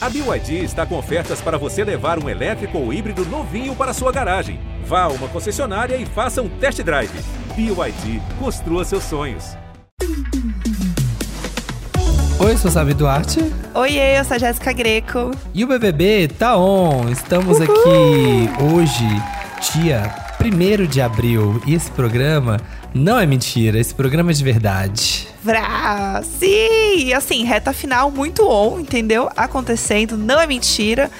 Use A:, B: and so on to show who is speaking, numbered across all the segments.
A: A BYD está com ofertas para você levar um elétrico ou híbrido novinho para sua garagem. Vá a uma concessionária e faça um test drive. BYD, construa seus sonhos.
B: Oi, sou Sabe Duarte.
C: Oiê, eu sou a Jéssica Greco.
B: E o BBB tá on. Estamos aqui hoje, dia 1 de abril. E esse programa não é mentira, esse programa é de verdade.
C: Vrá! Sim! Assim, reta final muito on, entendeu? Acontecendo, não é mentira.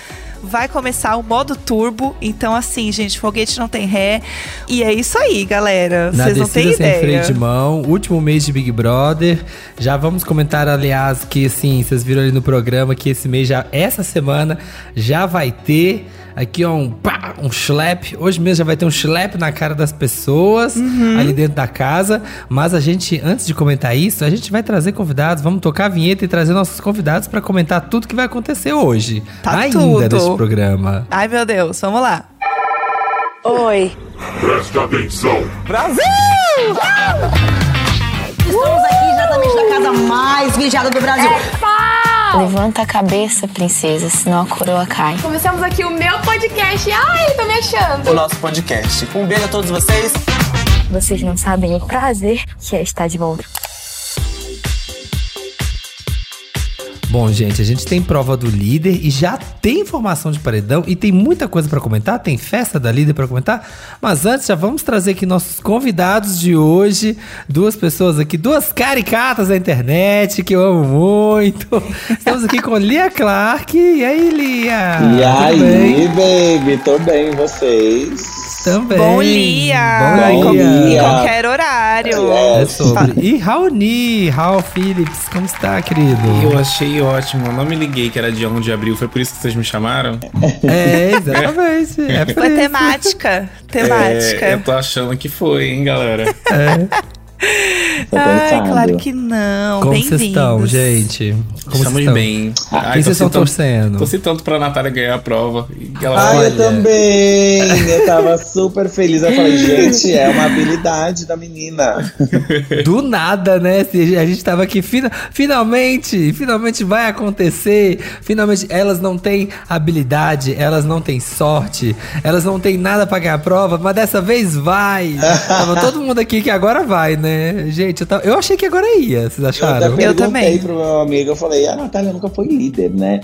C: Vai começar o modo turbo. Então, assim, gente, foguete não tem ré. E é isso aí, galera.
B: Na
C: Vocês não têm
B: descida sem freio
C: ideia.
B: de mão, último mês de Big Brother. Já vamos comentar, aliás, que assim, vocês viram ali no programa que esse mês já, essa semana, já vai ter aqui ó, um pá, um schlep. Hoje mesmo já vai ter um schlep na cara das pessoas
C: Uhum.
B: ali dentro da casa. Mas a gente, antes de comentar isso, a gente vai trazer convidados. Vamos tocar a vinheta e trazer nossos convidados pra comentar tudo que vai acontecer hoje.
C: Tá
B: ainda
C: tudo.
B: neste programa.
C: Ai, meu Deus, vamos lá.
D: Oi,
E: Presta atenção.
F: Estamos aqui exatamente na casa mais vigiada do Brasil.
G: Levanta a cabeça, princesa, senão a coroa cai.
H: Começamos aqui o meu podcast. Ai, tô me achando.
I: o nosso podcast. Um beijo a todos vocês.
G: Vocês não sabem o prazer que é estar de volta.
B: Bom, gente, a gente tem prova do líder e já tem formação de paredão e tem muita coisa pra comentar, tem festa da líder pra comentar, mas antes já vamos trazer aqui nossos convidados de hoje, duas pessoas aqui, duas caricatas da internet que eu amo muito. Estamos aqui com Lia Clark. E aí, Lia?
I: e
J: Ah,
B: Tudo bem?
I: aí, baby? Tô bem, vocês?
B: Também.
C: Bom Lia!
B: Bom,
C: Em qual- Em
I: Lia.
C: qualquer horário.
I: É.
B: É sobre. E Raoni, Raul Phillips, como está, querido?
J: Eu achei ótimo. Eu não me liguei que era dia 1 de abril, foi por isso que vocês me chamaram.
B: É, exatamente. É por
C: Foi
B: isso.
C: temática. Temática.
J: É, eu tô achando que foi, hein, galera.
I: Tô
C: É. Ai,
I: pensando.
C: claro que não.
B: Como
C: Bem-vindos.
B: vocês estão, gente? Como vocês
J: Estamos
B: estão?
J: bem.
I: Ah,
B: Quem
J: Ai, tô
B: vocês estão
J: citando-
B: torcendo?
J: então Tô citando pra Natália ganhar a prova. E ela
I: Ai,
B: Olha.
I: eu também! Eu tava super feliz. Eu falei, gente, é uma habilidade da menina.
B: Do nada, né? Se A gente tava aqui fina- finalmente, finalmente vai acontecer. Finalmente, elas não têm habilidade, elas não têm sorte, elas não têm nada pra ganhar a prova, mas dessa vez vai. tava todo mundo aqui que agora vai, né? Gente, eu, tava- eu achei que agora ia, vocês
I: Eu até
B: acharam?
I: perguntei
C: também.
I: pro meu amigo, eu falei, a Natália nunca foi líder, né?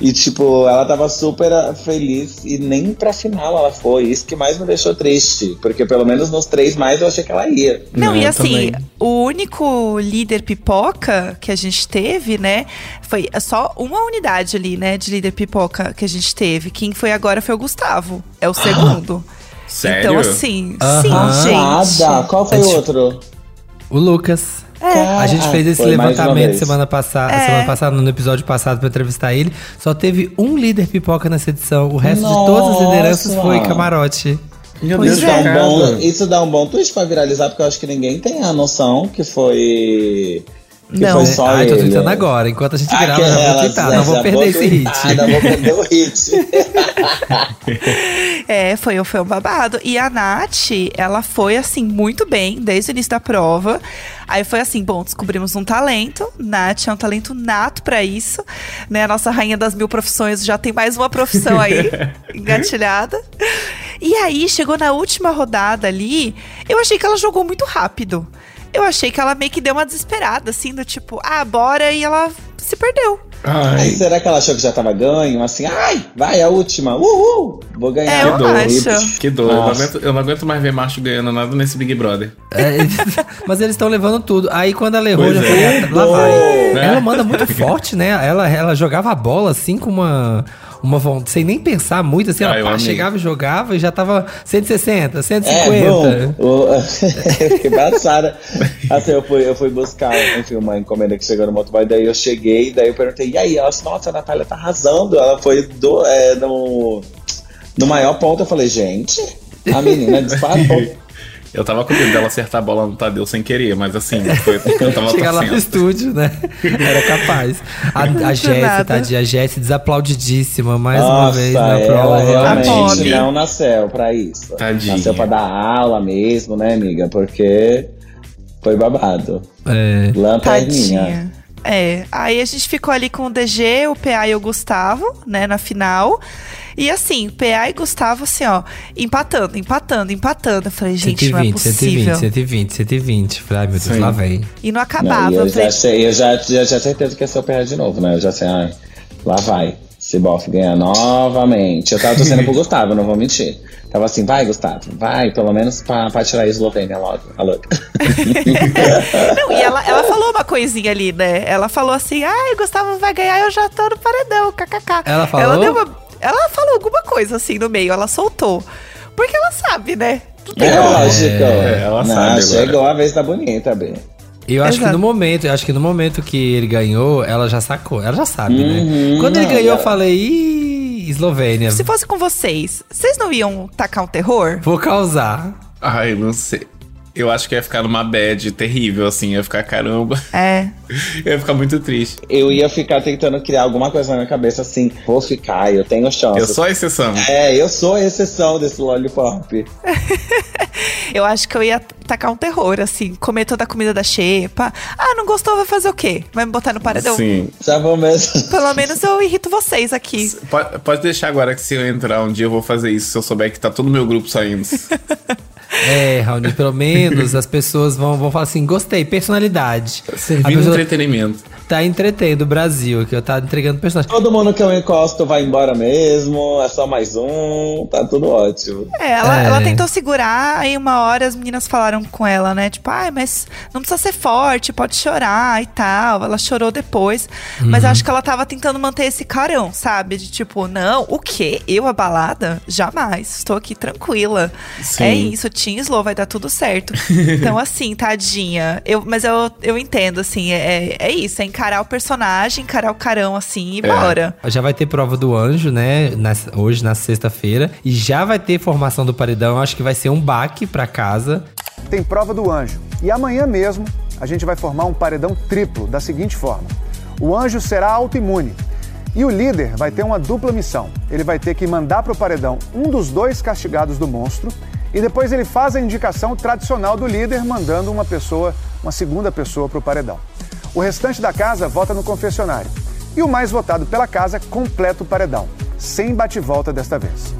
I: E, tipo, ela tava super ah, feliz e nem pra final ela foi. Isso que mais me deixou triste. Porque pelo menos nos três mais eu achei que ela ia.
C: Não, e
J: eu
C: assim,
J: também.
C: o único líder pipoca que a gente teve, né? Foi só uma unidade ali, né? De líder pipoca que a gente teve. Quem foi agora foi o Gustavo. É o segundo.
J: Ah, Sério?
C: Então, assim,
B: Aham.
C: sim, gente.
I: Ah, Nada! Qual foi
B: É,
I: o
B: tipo,
I: outro?
B: O Lucas.
I: É.
B: A gente fez esse
I: Foi mais uma
B: levantamento
I: vez.
B: semana passada,
C: É.
B: semana passada, no episódio passado, pra entrevistar ele. Só teve um líder pipoca nessa edição. O resto de todas as lideranças
I: Nossa!
B: foi camarote.
J: Meu
C: Pois
I: Isso
C: é.
I: dá, um bom,
J: chocado.
I: isso dá um bom twist pra viralizar, porque eu acho que ninguém tem a noção que foi. Que
C: Não.
I: foi
B: É,
I: só
B: Ai, tô
I: ele. né?
B: tweetando agora. Enquanto a gente grava, eu já vou
I: Aquela,
B: tweetar. Não
I: já
B: vou perder esse
I: tweetar,
B: hit.
I: Não vou perder o hit.
C: É, foi, foi um babado. E a Nath, ela foi, assim, muito bem desde o início da prova. Aí foi assim, bom, descobrimos um talento. Nath é um talento nato pra isso. Né? A nossa rainha das mil profissões já tem mais uma profissão aí, engatilhada. E aí, chegou na última rodada ali, eu achei que ela jogou muito rápido. Eu achei que ela meio que deu uma desesperada, assim, do tipo, ah, bora, e ela se perdeu.
I: Ai,
J: Ai,
I: será que ela achou que já tava ganho? Assim, ai, vai, a última. Uhul! Vou ganhar.
C: É, eu
I: Vou-
C: acho.
J: que dor. Eu não,
I: Nossa.
J: aguento, eu não aguento mais ver macho ganhando nada nesse Big Brother.
B: É, mas eles estão levando tudo. Aí quando ela errou,
J: Pois
B: já
J: é.
B: foi. "Ah, Lá vai.
J: Né?
B: Ela manda muito forte, né? Ela, ela jogava a bola assim com uma. Uma vontade, sem nem pensar muito, assim,
J: Ah,
B: ela
J: eu
B: pá,
J: amei.
B: chegava e jogava e já tava 160, 150.
I: É, bom, o- eu fiquei passada. Assim, eu fui, eu fui buscar, enfim, uma encomenda que chegou no motoboy, daí eu cheguei, daí eu perguntei, e aí? Ela, nossa, a Natália tá arrasando. Ela foi do, é, no, no maior ponto, eu falei, gente, a menina disparou.
J: Eu tava com medo dela acertar a bola no Tadeu sem querer, mas assim, foi o que eu tava
B: Chegar
I: assim,
B: lá no
J: torcendo.
B: estúdio, né? Era capaz. A, a Jéssica,
C: nada.
B: tadinha, a Jéssica desaplaudidíssima mais uma
I: Nossa, é,
B: vez na prova.
I: ela
C: A
I: realmente
C: pobre.
I: não nasceu pra isso.
J: Tadinha.
I: Nasceu pra dar aula mesmo, né, amiga? Porque foi babado.
B: É.
I: Lanterninha.
C: Tadinha. É, aí a gente ficou ali com o DG, o PA e o Gustavo, né, na final. E assim, PA e Gustavo, assim, ó, empatando, empatando, empatando. Eu falei, gente, não é
B: 120,
C: possível.
B: 120, 120, 120. Falei, ai meu Deus,
J: Sim.
B: lá vem.
C: E não
I: Não,
C: acabava.
I: e
C: eu
I: eu
C: falei,
I: já, sei, eu já, já tinha certeza que ia ser o PA de novo, né? Eu já sei, ah, lá vai. Se Boff ganhar novamente. Eu tava torcendo pro Gustavo, não vou mentir. Tava assim, vai, Gustavo, vai, pelo menos pra, pra tirar a Eslovênia logo, a louca.
C: Não, e ela, ela falou uma coisinha ali, né? Ela falou assim: ai, o Gustavo vai ganhar, eu já tô no paredão, kkk.
B: Ela falou?
C: Ela, deu uma- ela falou alguma coisa assim no meio, ela soltou. Porque ela sabe, né? Não tem
I: É
C: como.
I: lógico.
J: É, ela
I: Não,
J: sabe agora.
I: Chegou a vez da bonita, B.
B: Eu acho que
C: Exato.
B: no momento, eu acho que no momento que ele ganhou, ela já sacou, ela já sabe, né?
I: Uhum,
B: Quando ele
I: não,
B: ganhou, eu
I: ela-
B: falei, ih, Eslovênia,
C: Se fosse com vocês, vocês não iam tacar um terror?
B: vou causar.
J: Ai, não sei. Eu acho que ia ficar numa bad terrível, assim. Ia ficar caramba.
C: É.
J: Eu ia ficar muito triste.
I: Eu ia ficar tentando criar alguma coisa na minha cabeça assim, vou ficar, eu tenho chance.
J: Eu sou a exceção.
I: É, eu sou a exceção desse lollipop.
C: Eu acho que eu ia tacar um terror, assim, comer toda a comida da xepa. Ah, não gostou, vai fazer o quê? Vai me botar no paredão?
J: Sim.
I: Já vou mesmo.
C: Pelo menos eu irrito vocês aqui.
J: Pode, pode deixar agora que se eu entrar um dia eu vou fazer isso, se eu souber que tá todo meu grupo saindo.
B: É, Raoni, pelo menos as pessoas vão, vão falar assim, gostei, personalidade. A
J: Servindo
B: pessoa
J: um entretenimento.
B: tá entretendo o Brasil, que eu tava entregando personagem.
I: Todo mundo que eu encosto vai embora mesmo, é só mais um, tá tudo ótimo.
C: É, ela,
B: É.
C: ela tentou segurar, aí uma hora as meninas falaram com ela, né? Tipo, ai, mas não precisa ser forte, pode chorar e tal. Ela chorou depois. Mas
B: Uhum.
C: eu acho que ela tava tentando manter esse carão, sabe? De tipo, não, o quê? Eu abalada? Jamais. Estou aqui tranquila.
J: Sim.
C: É isso, Team Slow, vai dar tudo certo. então, assim, tadinha. Eu, mas eu, eu entendo, assim, é, é isso, é encarar o personagem, encarar o carão, assim,
B: É.
C: e bora.
B: Já vai ter prova do anjo, né? nas- hoje, na sexta-feira. E já vai ter formação do paredão. Eu Acho que vai ser um baque pra casa.
K: Tem prova do anjo. E amanhã mesmo a gente vai formar um paredão triplo da seguinte forma: o anjo será autoimune. E o líder vai ter uma dupla missão. Ele vai ter que mandar para o paredão um dos dois castigados do monstro e depois ele faz a indicação tradicional do líder mandando uma pessoa, uma segunda pessoa para o paredão. O restante da casa vota no confessionário. E o mais votado pela casa completa o paredão, sem bate-volta desta vez.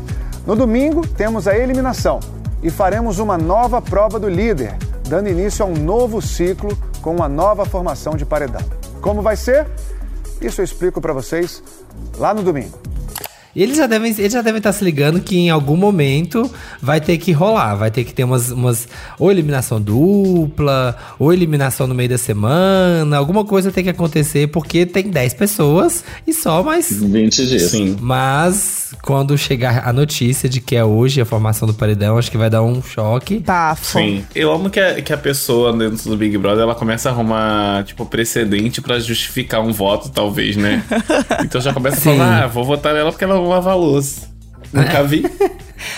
K: No domingo, temos a eliminação e faremos uma nova prova do líder, dando início a um novo ciclo com uma nova formação de paredão. Como vai ser? Isso eu explico para vocês lá no domingo.
B: E Eles já devem eles já devem estar se ligando que em algum momento vai ter que rolar, vai ter que ter umas, umas ou eliminação dupla, ou eliminação no meio da semana, alguma coisa tem que acontecer porque tem 10 pessoas e só mais
I: 20 dias.
J: Sim.
B: mas quando chegar a notícia de que é hoje a formação do paredão, acho que vai dar um choque.
C: Bafo.
J: Sim. Eu amo que a, que a pessoa dentro do Big Brother, ela começa a arrumar, tipo, precedente pra justificar um voto, talvez, né? Então já começa
B: Sim.
J: a falar, ah, vou votar nela porque ela não lava a louça. Nunca vi.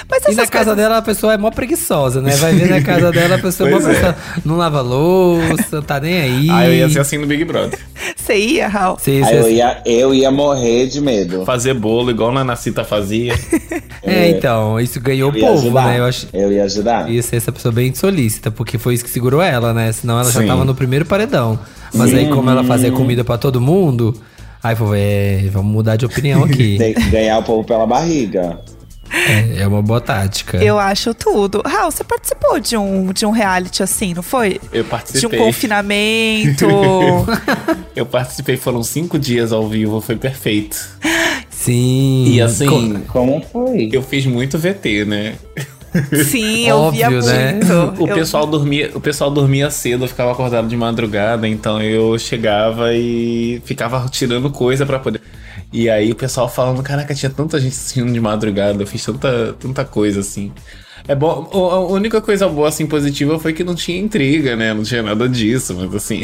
C: Mas
B: E
C: essas
B: na casa
C: coisas-
B: dela a pessoa é mó preguiçosa, né? Vai ver na casa dela a pessoa é mó
J: Pois é.
B: preguiçosa. Não lava louça, não tá nem aí.
J: Ah, eu ia ser Ah, assim no Big Brother.
C: Você ia, Raul?
B: Sim,
I: Aí
B: sim,
I: eu ia, eu ia morrer de medo.
J: Fazer bolo igual na Nacita fazia.
B: É, então, isso ganhou o
I: Eu ia
B: povo,
I: ajudar.
B: né? Eu acho,
I: Eu ia ajudar.
B: Ia ser essa pessoa bem solícita, porque foi isso que segurou ela, né? Senão ela já
J: Sim.
B: tava no primeiro paredão. Mas aí, como ela fazia comida pra todo mundo, aí falou: é, vamos mudar de opinião aqui.
I: Tem que ganhar o povo pela barriga.
B: é, é uma boa tática.
C: Eu acho tudo. Raul, você participou de um, de um reality assim, não foi?
J: Eu
C: De um
J: participei.
C: confinamento.
J: Eu participei, foram cinco dias ao vivo, foi perfeito.
B: Sim.
J: E assim,
B: Co-
I: Como foi?
J: eu fiz muito VT, né?
C: Sim, eu
B: Óbvio,
C: via
B: né?
C: muito.
J: O
C: Eu-
J: pessoal dormia, o pessoal dormia cedo, eu ficava acordado de madrugada, então eu chegava e ficava tirando coisa pra poder. E aí o pessoal falando, caraca, tinha tanta gente assistindo de madrugada, eu fiz tanta, tanta coisa assim. É bom, o- a única coisa boa assim positiva foi que não tinha intriga, né? Não tinha nada disso, mas assim,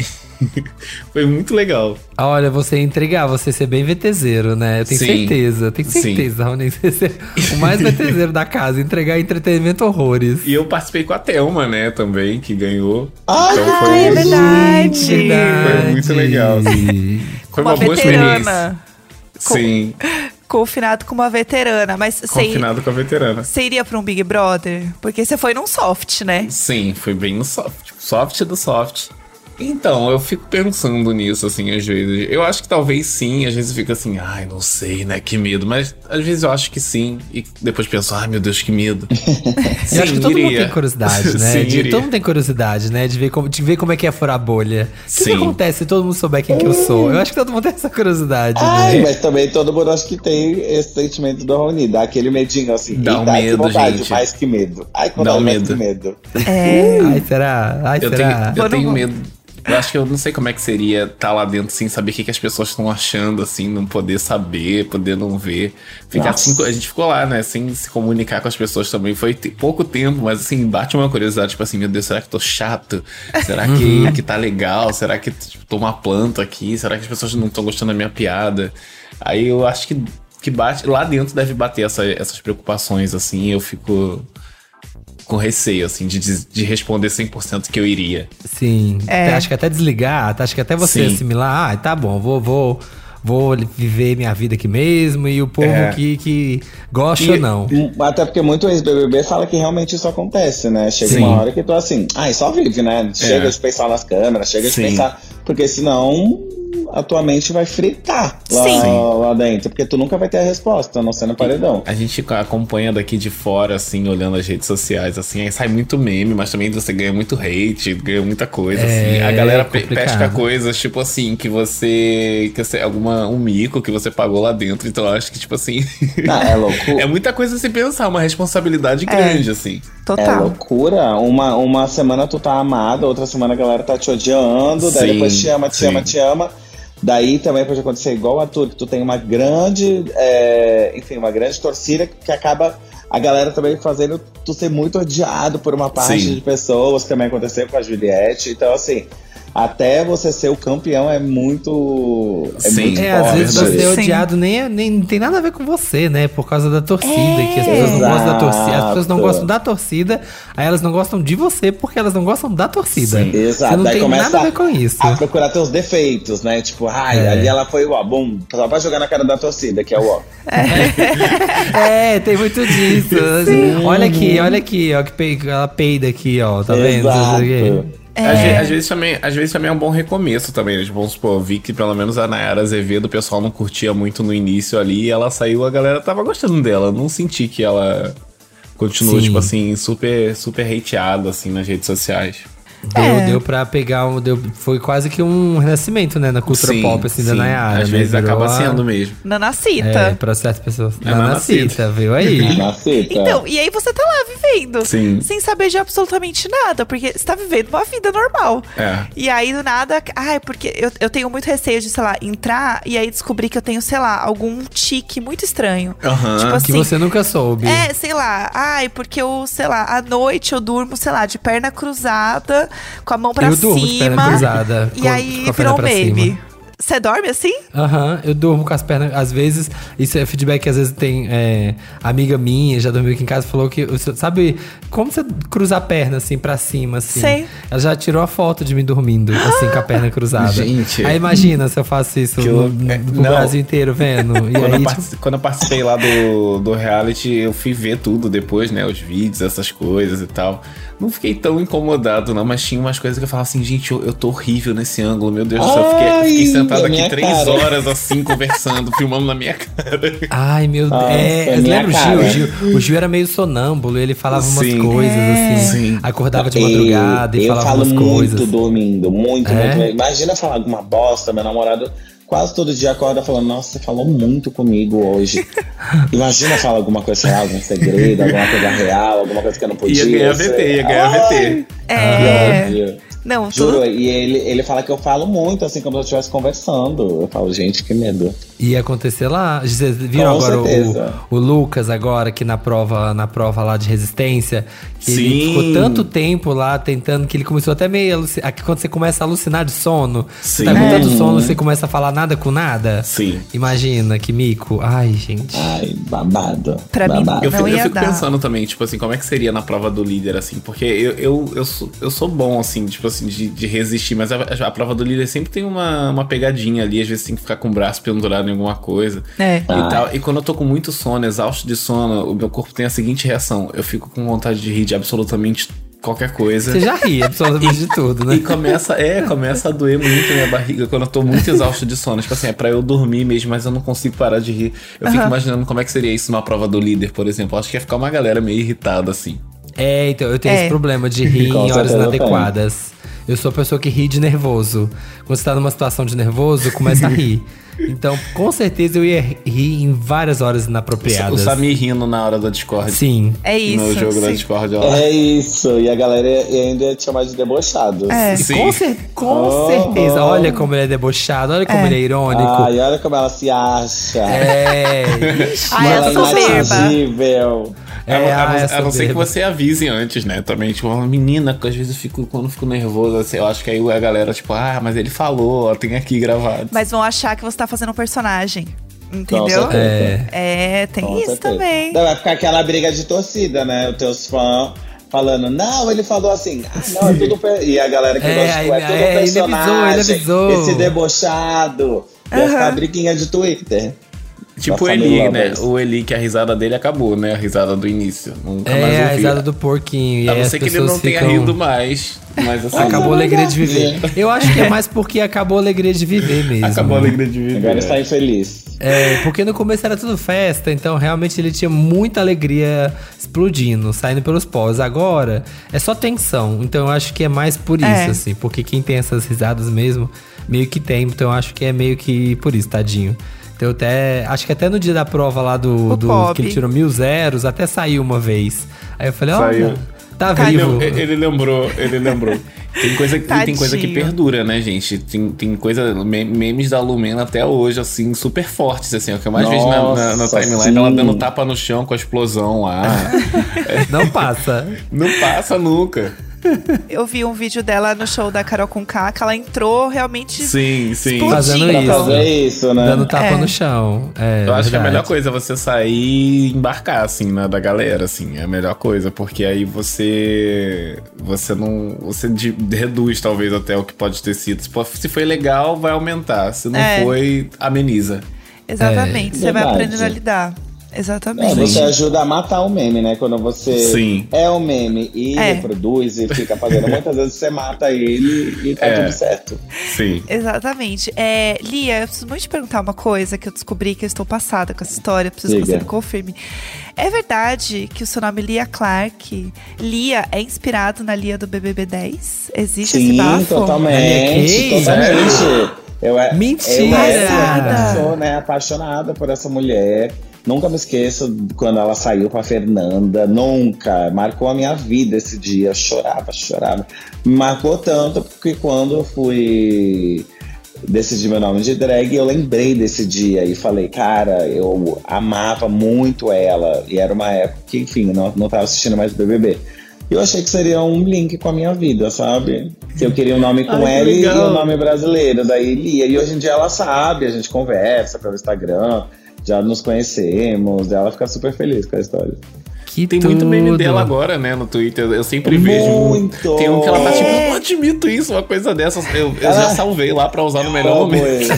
J: foi muito legal.
B: Olha, você entregar, você ser bem VTZero, né? Eu tenho
J: Sim.
B: certeza, tenho
J: Sim.
B: certeza, Raoni. Você ser o mais VTZero da casa, entregar entretenimento horrores.
J: E eu participei com a Thelma, né, também, que ganhou.
I: Ai,
J: então
C: Ai, é verdade.
B: É
J: Foi muito legal, foi uma,
C: uma
J: boa experiência.
C: veterana.
J: Sim,
C: Confinado com uma veterana. Mas você
J: confinado com a veterana.
C: você iria pra um Big Brother? Porque você foi num soft, né?
J: Sim, foi bem no tipo, soft. Soft do soft. Então, eu fico pensando nisso, assim, às vezes. Eu acho que talvez sim, às vezes fica assim, ai, não sei, né, que medo. Mas às vezes eu acho que sim, e depois penso, ai, meu Deus, que medo.
B: sim, eu acho que todo iria. mundo tem curiosidade, né? Sim, de, todo mundo tem curiosidade, né, de ver como, de ver como é que é furar a bolha. O que, que, acontece se todo mundo souber quem que eu sou? Eu acho que todo mundo tem essa curiosidade,
I: ai, né? mas também todo mundo acho que tem esse sentimento do Rony, dá aquele medinho, assim.
J: Dá um dá medo, vontade, gente.
I: Mais que medo. Ai, que dá um medo. Mais que medo.
B: É. Ai, será? Ai,
J: eu
B: será?
J: Tenho, eu tenho medo eu acho que eu não sei como é que seria estar lá dentro sem saber o que, que as pessoas estão achando, assim, não poder saber, poder não ver. Ficar assim, a gente ficou lá, né, sem se comunicar com as pessoas também. Foi pouco tempo, mas assim, bate uma curiosidade, tipo assim, meu Deus, será que tô chato? Será que, que tá legal? Será que tipo, tô uma planta aqui? Será que as pessoas não estão gostando da minha piada? Aí eu acho que, que bate, lá dentro deve bater essa, essas preocupações, assim, eu fico com receio, assim, de, de responder 100% que eu iria.
B: Sim. É. Acho que até desligar, acho que até você Sim. assimilar, ah, tá bom, vou, vou, vou viver minha vida aqui mesmo e o povo é. que, que gosta e, ou não.
I: Um, Até porque muito ex-BBB fala que realmente isso acontece, né? Chega Sim. uma hora que tu assim, ah, só vive, né? Chega é. de pensar nas câmeras, chega Sim. de pensar. Porque senão a tua mente vai fritar lá, lá, dentro, porque tu nunca vai ter a resposta, a não sendo paredão.
J: A gente acompanha daqui de fora, assim, olhando as redes sociais, assim, aí sai muito meme, mas também você ganha muito hate, ganha muita coisa, é, assim. A galera complicado. pesca coisas, tipo assim, que você. que você, alguma, um mico que você pagou lá dentro, então eu acho que, tipo assim.
I: Não, é loucura.
J: é muita coisa a se pensar, uma responsabilidade grande, é, assim.
B: Tá.
I: Total. É loucura. Uma, uma semana tu tá amada, outra semana a galera tá te odiando, sim, daí depois te ama, te sim. ama, te ama. Daí também pode acontecer igual a tu, que tu tem uma grande, é, enfim, uma grande torcida que acaba a galera também fazendo tu ser muito odiado por uma parte Sim. de pessoas, que também aconteceu com a Juliette. Então, assim, até você ser o campeão é muito.
B: É, Sim. Muito é às vezes você é odiado Sim. nem, nem não tem nada a ver com você, né? Por causa da torcida, é. que as pessoas Exato. não gostam da torcida. As pessoas não gostam da torcida, aí elas não gostam de você porque elas não gostam da torcida. Sim.
I: Exato.
B: Você não
I: Daí
B: tem
I: começa
B: nada a ver com isso.
I: A procurar teus defeitos, né? Tipo, ai, é. ali ela foi o bom, só pra jogar na cara da torcida, que é o ó.
B: É, tem muito disso. Sim. Olha aqui, olha aqui, ó, que peida, ela peida aqui, ó, tá
I: Exato.
B: vendo?
J: É. Às, vezes, às, vezes também, às vezes também é um bom recomeço também, né? Tipo, vamos supor, eu vi que pelo menos a Nayara Azevedo o pessoal não curtia muito no início ali e ela saiu, a galera tava gostando dela. Não senti que ela continuou, Sim. tipo assim, super, super hateada, assim, nas redes sociais.
B: Deu, é. deu pra pegar um. Deu, foi quase que um renascimento, né? Na cultura sim, pop, assim, sim. da Nayara.
J: Às vezes acaba a... sendo mesmo.
C: Nanacita.
B: É, pra certas pessoas. É Nanacita, viu aí?
I: Nanacita.
C: Então, e aí você tá lá vivendo.
J: Sim.
C: Sem saber de absolutamente nada, porque você tá vivendo uma vida normal.
J: É.
C: E aí do nada. Ai, porque eu, eu tenho muito receio de, sei lá, entrar e aí descobrir que eu tenho, sei lá, algum tique muito estranho.
B: Uh -huh. Tipo assim. Que você nunca soube.
C: É, sei lá. Ai, porque eu, sei lá, à noite eu durmo, sei lá, de perna cruzada com a mão pra
B: eu
C: cima.
B: Durmo de perna cruzada,
C: e com, aí com virou um baby. Você dorme assim?
B: Aham, uhum, eu durmo com as pernas. Às vezes, isso é feedback que às vezes tem é, amiga minha, já dormiu aqui em casa, falou que. Sabe como você cruza a perna assim pra cima, assim?
C: Sei.
B: Ela já tirou a foto de mim dormindo, assim, com a perna cruzada.
J: Gente.
B: Aí imagina se eu faço isso eu, no, é, no Brasil inteiro vendo.
J: quando, aí, eu tipo... quando, eu participei lá do, do reality, eu fui ver tudo depois, né? Os vídeos, essas coisas e tal. Não fiquei tão incomodado, não, mas tinha umas coisas que eu falava assim, gente, eu, eu tô horrível nesse ângulo, meu Deus do céu. Eu fiquei, fiquei sentado aqui três cara. horas assim, conversando, filmando na minha cara.
B: Ai, meu Deus. É, é lembra cara. o Gil, o Gil? O Gil era meio sonâmbulo, ele falava sim. umas coisas é. assim. Sim. Acordava de madrugada
I: eu,
B: e falava umas
I: coisas. Eu
B: falo muito
I: dormindo, muito, é? muito. Imagina falar alguma bosta, meu namorado quase todo dia acorda falando, nossa, você falou muito comigo hoje. Imagina falar alguma coisa, sei lá, algum segredo, alguma coisa real, alguma coisa que eu não podia.
J: Ia ganhar VT, ia ganhar VT.
C: É. Não,
I: Ah, Juro, e ele, ele fala que eu falo muito, assim, como se eu estivesse conversando. Eu falo, gente, que medo.
B: Ia acontecer lá. Vocês viram Com agora o, o, Lucas agora, que na prova, na prova lá de resistência, que
J: Sim.
B: ele ficou tanto tempo lá tentando que ele começou até meio Quando você começa a alucinar de sono, Sim. você tá com tanto sono, você começa a falar nada com nada.
J: Sim.
B: Imagina, que mico. Ai, gente.
I: Ai, babado.
C: Pra
I: babado.
C: mim,
J: eu fico,
C: não ia
J: eu fico
C: dar.
J: pensando também, tipo assim, como é que seria na prova do líder, assim, porque eu, eu, eu, sou, eu sou bom, assim, tipo assim, de, de resistir, mas a, a, prova do líder sempre tem uma, uma pegadinha ali, às vezes tem que ficar com o braço pendurado em alguma coisa.
C: É.
J: E ah. tal. E quando eu tô com muito sono, exausto de sono, o meu corpo tem a seguinte reação: eu fico com vontade de rir de absolutamente qualquer coisa.
B: Você já ri absolutamente de tudo, né?
J: E começa, é, começa a doer muito a minha barriga quando eu tô muito exausto de sono. Tipo assim, é pra eu dormir mesmo, mas eu não consigo parar de rir. Eu fico
B: Aham.
J: imaginando como é que seria isso numa prova do líder, por exemplo. Acho que ia ficar uma galera meio irritada, assim.
B: É, então, eu tenho
J: É.
B: esse problema de rir
J: Com
B: em horas
J: certeza eu tenho.
B: inadequadas. Eu sou a pessoa que ri de nervoso. Quando você tá numa situação de nervoso, começa a rir. Então, com certeza eu ia rir em várias horas
J: O
B: inapropriadas.
J: Samir rindo na hora da Discord.
B: Sim.
C: É isso,
J: No jogo da
C: sim.
J: Discord, ó.
I: É isso, e a galera ia- ia ainda te chamar de debochado.
B: É, com, cer- com
J: Oh.
B: certeza. Olha como ele é debochado, olha como ele é irônico.
I: Ai, olha como ela se acha.
B: É.
I: Ai, ela é imaginável.
J: É,
I: É,
J: a,
I: ah,
J: a
I: essa
J: não ser que
I: verba.
J: você avise antes, né? Também, tipo, uma menina, que às vezes eu fico, quando eu fico nervoso, assim, eu acho que aí a galera, tipo, ah, mas ele falou, ó, tem aqui gravado.
C: Mas vão achar que você tá fazendo um personagem. Entendeu?
J: certeza.
C: É, tem
I: Com
C: isso
I: certeza.
C: também.
I: Não, vai ficar aquela briga de torcida, né? Os teus fãs falando, não, ele falou assim, ah, não, é tudo. per-" E a galera que
B: É,
I: gosta de tu, é
B: aí-
I: tudo
B: é, ele avisou,
I: personagem.
B: ele avisou."
I: Esse debochado. Vai ficar a briguinha de Twitter.
J: Tipo o
I: Nossa,
J: Eli,
I: Mila,
J: né?
I: mas-
J: O Eli, que a risada dele acabou, né? A risada do início. Nunca mais
B: É,
J: ouvi.
B: a risada do porquinho. E
J: A
B: aí
J: não
B: as
J: ser que ele
B: pessoas
J: não tenha
B: ficam-
J: rido mais. Mas assim,
B: Acabou a alegria de viver. Eu acho que é mais porque acabou a alegria de viver mesmo.
J: Acabou a alegria de viver.
I: Agora está infeliz.
B: É, porque no começo era tudo festa, então realmente ele tinha muita alegria explodindo, saindo pelos pós. Agora é só tensão, então eu acho que é mais por isso,
C: É.
B: assim, porque quem tem essas risadas mesmo, meio que tem, então eu acho que é meio que por isso, tadinho. Então eu até. Acho que até no dia da prova lá do. do-
J: pobre.
B: que ele tirou mil zeros, até saiu uma vez. Aí eu falei,
J: Saiu.
B: olha, tá
J: Ele-
B: vivo.
J: Ele, lembrou, ele lembrou. Tem coisa, que- tem coisa que
B: Tadinho.
J: perdura, né, gente? Tem, tem coisa, me- memes da Lumena até hoje, assim, super fortes, assim. O que eu mais vejo na, na- na
B: Nossa,
J: timeline,
B: sim.
J: ela dando tapa no chão com a explosão lá.
B: Não passa.
J: Não passa nunca.
C: Eu vi um vídeo dela no show da Carol Conká, que ela entrou realmente.
B: Tipo,
J: Sim, sim.
C: Explodindo. Fazendo
I: Pra fazer isso, né?
B: Dando tapa
C: É.
B: no chão. É,
J: eu acho que a
B: verdade.
J: melhor coisa é você sair e embarcar, assim, né, da galera, assim. É a melhor coisa, porque aí você. Você não. Você de- reduz, talvez, até o que pode ter sido. Se po- Se foi legal, vai aumentar. Se não
C: É.
J: foi, ameniza.
C: Exatamente.
I: É.
C: Você vai
I: Verdade.
C: aprendendo a lidar.
I: É,
C: Exatamente.
I: você ajuda a matar o meme, né? Quando você
J: Sim.
I: é o meme e
C: É.
I: reproduz e fica fazendo, muitas vezes você mata ele e tá
J: É.
I: tudo certo.
J: Sim.
C: Exatamente. É, Lia, eu preciso muito te perguntar uma coisa que eu descobri que eu estou passada com essa história. Preciso que
I: Diga.
C: você me confirme. É verdade que o seu nome é Lia Clark, Lia, é inspirado na Lia do BBB 10? Existe esse
I: Sim,
C: bafo?
I: totalmente.
B: Olha aqui.
I: Totalmente. Eu, é-
B: Mentira!
I: Eu era, sou né, apaixonada por essa mulher. Nunca me esqueço quando ela saiu com a Fernanda. Nunca. Marcou a minha vida esse dia. Eu chorava, chorava. Marcou tanto porque quando eu fui decidir meu nome de drag, eu lembrei desse dia e falei, cara, eu amava muito ela. E era uma época que, enfim, não, não tava assistindo mais BBB. Eu achei que seria um link com a minha vida, sabe? Que eu queria um nome com
J: Ai, que
I: L e
J: legal.
I: um nome brasileiro. Daí Lia. E hoje em dia ela sabe, a gente conversa pelo Instagram, já nos conhecemos. Ela fica super feliz com a história.
B: Que
J: Tem muito meme
I: tudo.
J: dela agora, né, no Twitter. Eu sempre vejo.
I: Muito!
J: Tem um que ela tá tipo, não admito isso, uma coisa dessas. Eu, eu já
I: Ela-
J: salvei lá pra usar no melhor
I: Amo
J: momento.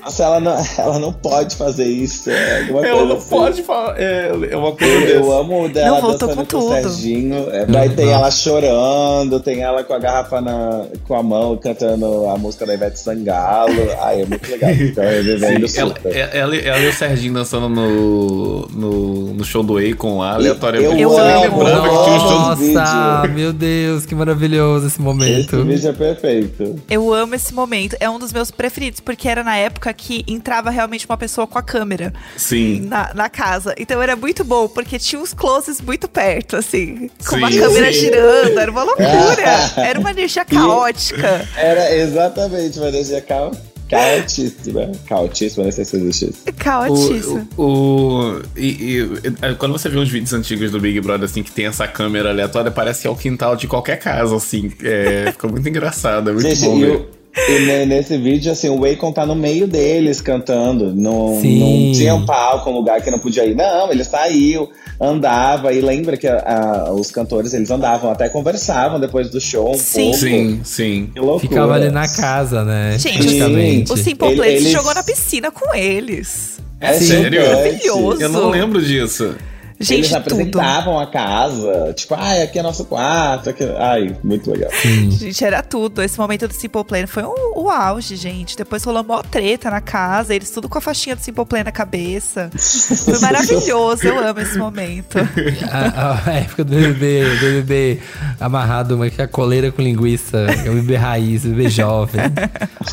I: Nossa, ela não, ela não pode fazer isso. É alguma
J: Ela
I: coisa
J: não
I: assim.
J: pode falar. É, é uma coisa
I: Eu,
J: dessa.
I: amo o dela
C: Não, voltou
I: dançando
C: com
I: com,
C: tudo.
I: o Serginho. É, daí
J: Uhum.
I: tem ela chorando, tem ela com a garrafa na, com a mão cantando a música da Ivete Sangalo. Ai, é muito legal. Então, eu vivendo
J: Sim, ela,
I: super.
J: é- ela, ela e o Serginho dançando no, no, no show do Akon lá, aleatoriamente.
I: eu
J: Você nem
I: amo,
J: lembrava que tinha um show do
B: Nossa, meu Deus, que maravilhoso esse momento.
I: Esse vídeo é perfeito.
C: Eu amo esse momento. É um dos meus preferidos, porque era na época que entrava realmente uma pessoa com a câmera
J: Sim.
C: na, na casa. Então era muito bom, porque tinha uns closes muito perto, assim, com uma
I: Sim.
C: câmera
I: Sim.
C: girando. Era uma loucura. Era uma energia caótica.
I: Era exatamente uma energia ca- caotíssima. Caotíssima, não sei se existe isso.
C: Caotíssimo.
J: O, o- e, e- e- quando você vê uns vídeos antigos do Big Brother, assim, que tem essa câmera aleatória, parece que é o quintal de qualquer casa, assim. É, fica muito engraçado, é muito
I: Gente,
J: bom
I: e,
J: ver.
I: o- e ne- nesse vídeo, assim, o Akon tá no meio deles cantando. Não,
J: Sim.
I: não tinha um palco, um lugar que não podia ir. Não, ele saiu, andava. E lembra que a- a- os cantores, eles andavam, até conversavam depois do show um pouco.
J: Sim, sim.
I: Que loucura.
B: Ficava ali na casa, né?
C: Gente,
B: praticamente.
C: o Simple Plan
I: Ele-
C: se
I: eles-
C: jogou na piscina com eles.
J: É
B: Sim.
J: sério?
B: Maravilhoso.
J: Eu não lembro disso.
C: Gente,
I: Eles apresentavam a casa, tipo, ah, aqui é nosso quarto, aqui... ai, muito legal.
C: Gente, era tudo. Esse momento do Simple Plan foi o, o auge, gente. Depois rolou mó treta na casa, eles tudo com a faixinha do Simple Plan na cabeça. Foi maravilhoso, eu amo esse momento.
B: A, a época do bebê, do bebê amarrado, uma que é a coleira com linguiça, que é o bebê raiz, o bebê jovem.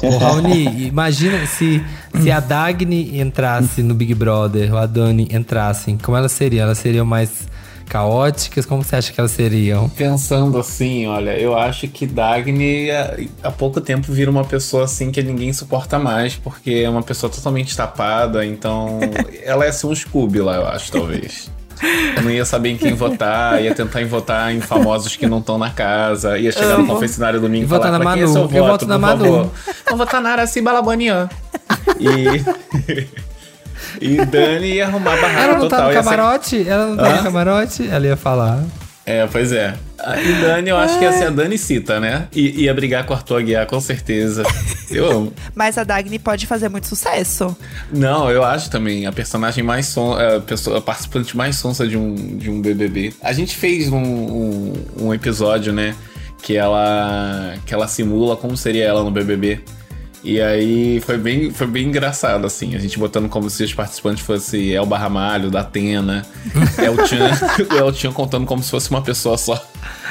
B: O Raoni, imagina se, se a Dagny entrasse no Big Brother, ou a Dani entrassem, como elas seriam? Elas seriam mais caóticas? Como você acha que elas seriam?
J: Pensando assim, olha, eu acho que Dagny há- há pouco tempo vira uma pessoa assim que ninguém suporta mais, porque é uma pessoa totalmente tapada, então ela ia ser um Scooby lá, eu acho, talvez. Não ia saber em quem votar, ia tentar em votar em famosos que não estão na casa, ia chegar no
B: Amo.
J: confessionário domingo
B: E votar
J: falar,
B: na
J: "Pra quem é
B: Manu.
J: seu
B: Eu voto na
J: por
B: Manu."
J: favor?" Então, Vou votar na Araciba Labanian. E. e Dani ia arrumar barraca
B: Ela não
J: total.
B: tá no
J: ia ser-
B: camarote? Ela não tá
J: Hã?
B: no camarote? Ela ia falar.
J: É, pois é. A- E Dani, eu acho que ia ser a Dani Cita, né? E ia brigar com o Arthur Aguiar, com certeza. Eu amo.
C: Mas a Dagny pode fazer muito sucesso.
J: Não, eu acho também a personagem mais son... é, a, pessoa, a participante mais sonsa de um, de um BBB. A gente fez um, um, um episódio, né? Que ela, que ela simula como seria ela no BBB. E aí foi bem, foi bem engraçado, assim. A gente botando como se os participantes fossem Elba Ramalho, da Atena, El Chan, o El Chan contando como se fosse uma pessoa só.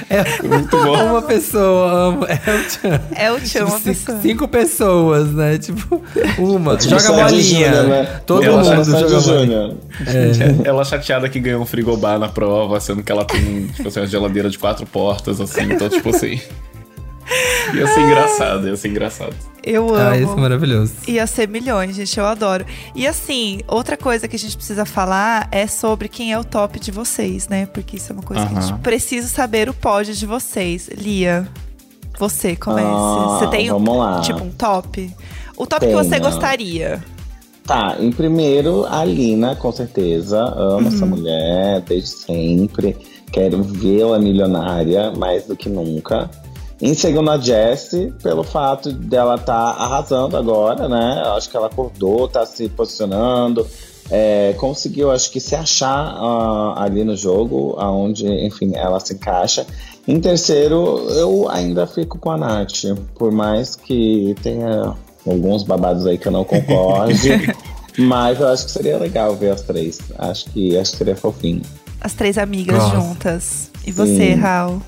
B: É
J: muito bom.
B: Uma pessoa, amo. É o Tchan.
C: É o
B: tipo,
C: Tchan, uma
B: cinco,
C: pessoa.
B: cinco pessoas, né? Tipo, uma.
I: É tipo
B: joga
I: Sandy
B: bolinha.
I: Júnior, né?
B: Todo
J: Ela
B: mundo
J: joga
I: Sandy
B: joga bolinha.
I: Júnior.
J: É. Ela chateada que ganhou um frigobar na prova, sendo que ela tem, tipo assim, uma geladeira de quatro portas, assim, então, tipo assim. Ia ser engraçado, ia ser engraçado.
C: Eu amo.
B: Ah, isso é maravilhoso.
C: Ia ser milhões, gente, eu adoro. E assim, outra coisa que a gente precisa falar é sobre quem é o top de vocês, né? Porque isso é uma coisa que a gente
J: Aham.
C: precisa saber o pódio de vocês. Lia, você comece.
I: Ah,
C: você tem
I: vamos lá.
C: tipo um top? O top que
I: Tenho.
C: você gostaria.
I: Tá, em primeiro, a Lina, com certeza. Amo essa mulher desde sempre. Quero vê-la milionária mais do que nunca. Em segundo, a Jessie, pelo fato dela tá arrasando agora, né? Eu Acho que ela acordou, tá se posicionando. é, conseguiu, acho que, se achar ah, ali no jogo, aonde, enfim, ela se encaixa. Em terceiro, eu ainda fico com a Nath, por mais que tenha alguns babados aí que eu não concorde. mas eu acho que seria legal ver as três. Acho que, acho que seria fofinho.
C: As três amigas
B: Nossa.
C: juntas. E você,
I: Sim.
C: Raul?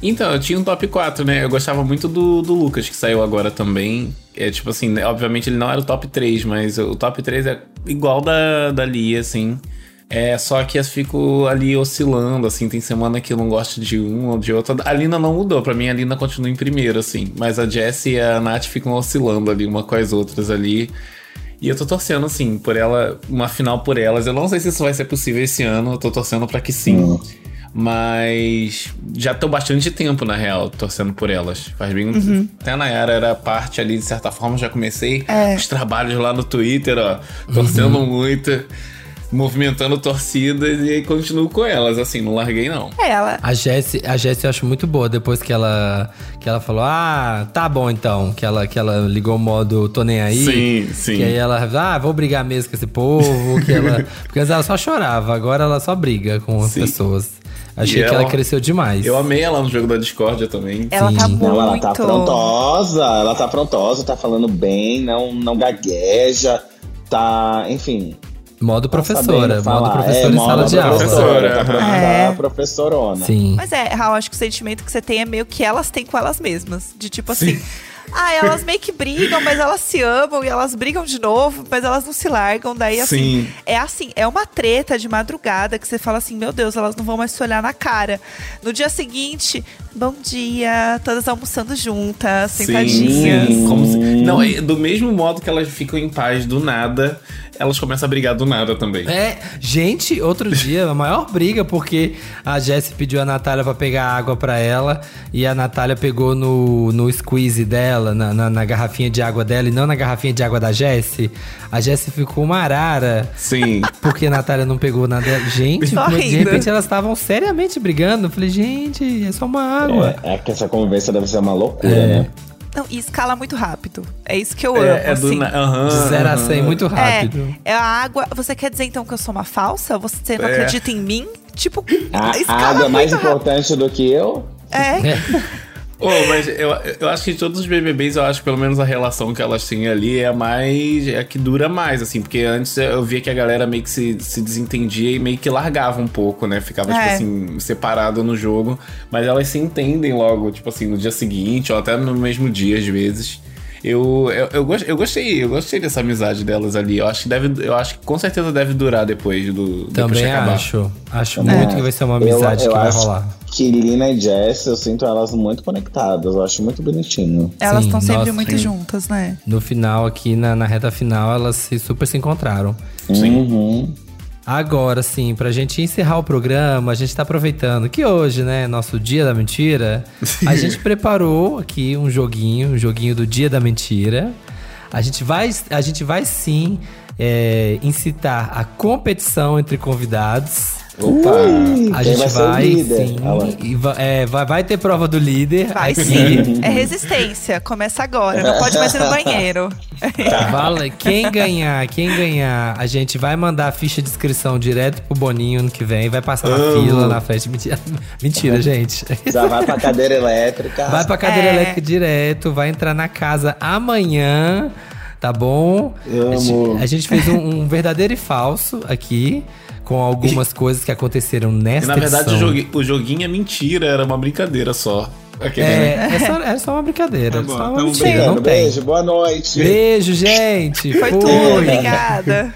J: Então, eu tinha um top 4, né? Eu gostava muito do, do Lucas, que saiu agora também. É tipo assim, né, obviamente ele não era o top 3, mas o top 3 é igual da, da Lia, assim. É, só que eu fico ali oscilando, assim, tem semana que eu não gosto de um ou de outro. A Lina não mudou, pra mim a Lina continua em primeiro, assim. Mas a Jessie e a Nath ficam oscilando ali uma com as outras ali. E eu tô torcendo, assim, por ela, uma final por elas. Eu não sei se isso vai ser possível esse ano, eu tô torcendo pra que sim. Mas já tô bastante tempo, na real, torcendo por elas. Faz bem.
C: Uhum.
J: Até a Nayara era parte ali, de certa forma, já comecei
C: É.
J: os trabalhos lá no Twitter, ó, torcendo muito, movimentando torcidas e aí continuo com elas, assim, não larguei não.
C: É ela.
B: A Jessie, a Jessie eu acho muito boa, depois que ela, que ela falou, ah, tá bom então, que ela, que ela ligou o modo tô nem aí.
J: Sim, sim.
B: Que aí ela, ah, vou brigar mesmo com esse povo, que ela... Porque antes ela só chorava, agora ela só briga com as
J: Sim.
B: pessoas. Achei que
J: E
B: ela,
J: ela-
B: cresceu demais.
J: Eu amei ela no jogo da discórdia também.
C: Ela tá muito.
I: Não, ela tá afrontosa, ela tá afrontosa, tá falando bem, não, não gagueja, tá, enfim.
B: Modo
I: tá
B: professora, modo
I: sabendo falar.
B: professora
I: é,
B: em sala
I: modo
B: de aula.
I: professora, Tá, pro-
C: É.
I: tá professorona.
B: Sim.
C: Mas é, Raul, acho que o sentimento que você tem é meio que elas têm com elas mesmas. De tipo assim. Ah, elas meio que brigam, mas elas se amam e elas brigam de novo, mas elas não se largam. Daí, assim,
J: Sim.
C: é assim, é uma treta de madrugada que você fala assim, meu Deus, elas não vão mais se olhar na cara. No dia seguinte, bom dia, todas almoçando juntas, sentadinhas.
J: Sim, como se- Não, é do mesmo modo que elas ficam em paz do nada, elas começam a brigar do nada também.
B: É, gente, outro dia, a maior briga, porque a Jessie pediu a Natália pra pegar água pra ela e a Natália pegou no, no squeeze dela, na, na- na garrafinha de água dela e não na garrafinha de água da Jessie. A Jessie ficou uma arara.
J: Sim.
B: Porque a Natália não pegou nada. Gente,
C: Tô
B: mas de
C: rindo.
B: repente elas estavam seriamente brigando. Eu falei, gente, é só uma água.
I: É, é que essa convivência deve ser uma loucura, né?
C: Não, e escala muito rápido. É isso que eu
J: É,
C: amo.
J: é do
C: assim.
J: na- aham, De zero a aham. cem muito
C: É,
J: rápido.
C: É, a água. Você quer dizer então que eu sou uma falsa? Você não
I: É.
C: acredita em mim? Tipo,
I: A, a
C: escala
I: água é
C: muito
I: mais
C: rápido.
I: importante do que eu?
C: É.
J: Pô, mas eu, eu acho que de todos os BBBs, eu acho que pelo menos a relação que elas têm ali é a mais. é a que dura mais, assim. Porque antes eu via que a galera meio que se, se desentendia e meio que largava um pouco, né? Ficava, tipo
L: É.
J: assim, separado no jogo. Mas elas se entendem logo, tipo assim, no dia seguinte, ou até no mesmo dia, às vezes. Eu, eu, eu, gos- eu gostei, eu gostei dessa amizade delas ali. Eu acho que deve. Eu acho que com certeza deve durar depois do. depois que
B: Também
J: acabar.
B: acho.
I: É.
B: Acho É muito que vai ser uma amizade que vai rolar.
I: Que Lina e Jess, eu sinto elas muito conectadas, eu acho muito bonitinho.
C: Elas
B: Sim,
C: estão sempre
B: nossa,
C: muito
B: sim.
C: juntas, né?
B: No final, aqui na, na reta final, elas se super se encontraram.
I: Sim. Uhum.
B: Agora sim, pra gente encerrar o programa, a gente tá aproveitando que hoje, né, nosso Dia da Mentira, a gente preparou aqui um joguinho, um joguinho do Dia da Mentira. A gente vai, a gente vai sim é, incitar a competição entre convidados.
I: Opa! Ui,
B: a
I: quem
B: gente
I: vai ser o
B: vai,
I: líder?
B: sim.
I: Ah lá.
B: e va- é, vai, vai ter prova do líder.
C: Vai
B: aqui.
C: sim. é resistência. Começa agora. Não pode mais ir no banheiro.
B: Vale, quem ganhar, quem ganhar, a gente vai mandar a ficha de inscrição direto pro Boninho ano que vem, vai passar na
I: Amo.
B: fila, na frente. Mentira, mentira, gente.
I: Já vai pra cadeira elétrica.
B: Vai pra
C: É.
B: cadeira elétrica direto, vai entrar na casa amanhã, tá bom? A gente, a gente fez um, um verdadeiro e falso aqui, com algumas coisas que aconteceram
J: E,
B: nesta
J: na verdade, o,
B: edição.
J: jogu- o joguinho é mentira, era uma brincadeira só. Aquele-
B: É, é só, é só uma brincadeira.
J: né? Tá bom,
B: só uma
J: então
B: mentira,
J: obrigado.
B: não tem.
I: Beijo, boa noite.
B: Beijo, gente.
C: Foi
B: Fui.
C: tudo. Obrigada.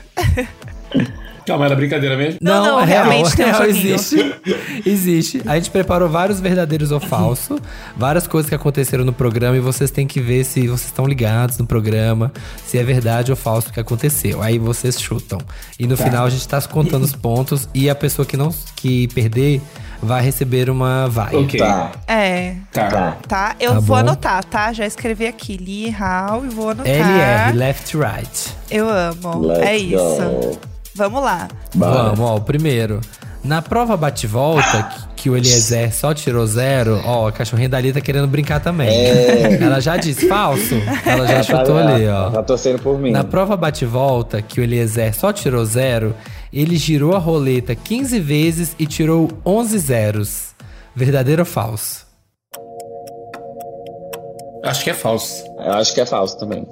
J: Calma, era brincadeira mesmo?
B: Não,
C: Não, não,
B: é real,
C: realmente tem um
B: real
C: joguinho.
B: existe. Existe. A gente preparou vários verdadeiros ou falso, várias coisas que aconteceram no programa e vocês têm que ver se vocês estão ligados no programa, se é verdade ou falso o que aconteceu. Aí vocês chutam. E no
L: Tá.
B: final a gente tá contando os pontos e a pessoa que não que perder vai receber uma vaia.
J: Ok. Tá.
C: É.
J: Tá.
C: Tá? Eu
B: Tá bom.
C: vou anotar, tá? Já escrevi aqui. Lee Hall e vou anotar. Tá.
B: LR, left right.
C: Eu amo.
B: Let's
C: é isso.
B: go.
C: Vamos lá.
B: Vamos, ó, o primeiro. Na prova bate-volta, que- que o Eliezer só tirou zero, ó, a cachorrinha dali tá querendo brincar também.
I: É.
B: Ela já disse falso, ela já
I: Ela tá-
B: chutou
I: ela-
B: ali, ó.
I: Tá torcendo por mim.
B: Na prova bate-volta, que o Eliezer só tirou zero, ele girou a roleta 15 vezes e tirou 11 zeros. Verdadeiro ou falso?
J: Acho que é falso.
I: Eu acho que é falso também.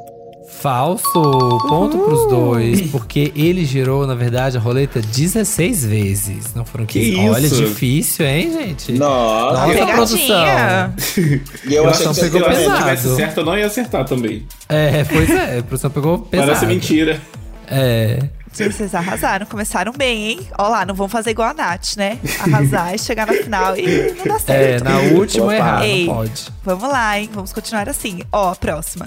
B: Falso, ponto pros dois, porque ele girou, na verdade, a roleta 16 vezes. Não foram 15.
J: Que
B: Olha,
J: isso?
B: difícil, hein, gente?
I: Nossa,
B: Nossa
J: Pegadinha.
B: produção.
I: E eu achei
B: Produção
I: que tinha
B: pegou
I: sido
J: Se eu
B: pesado.
J: tivesse certo, eu não ia acertar também.
B: É, pois é, a produção pegou pesado.
J: Parece mentira.
B: É.
C: Gente, vocês arrasaram. Começaram bem, hein? Ó lá, não vão fazer igual a Nath, né? Arrasar e chegar na final e não dá
B: É,
C: certo.
B: na última errar,
C: Ei,
B: não pode.
C: Vamos lá, hein? Vamos continuar assim. Ó, próxima.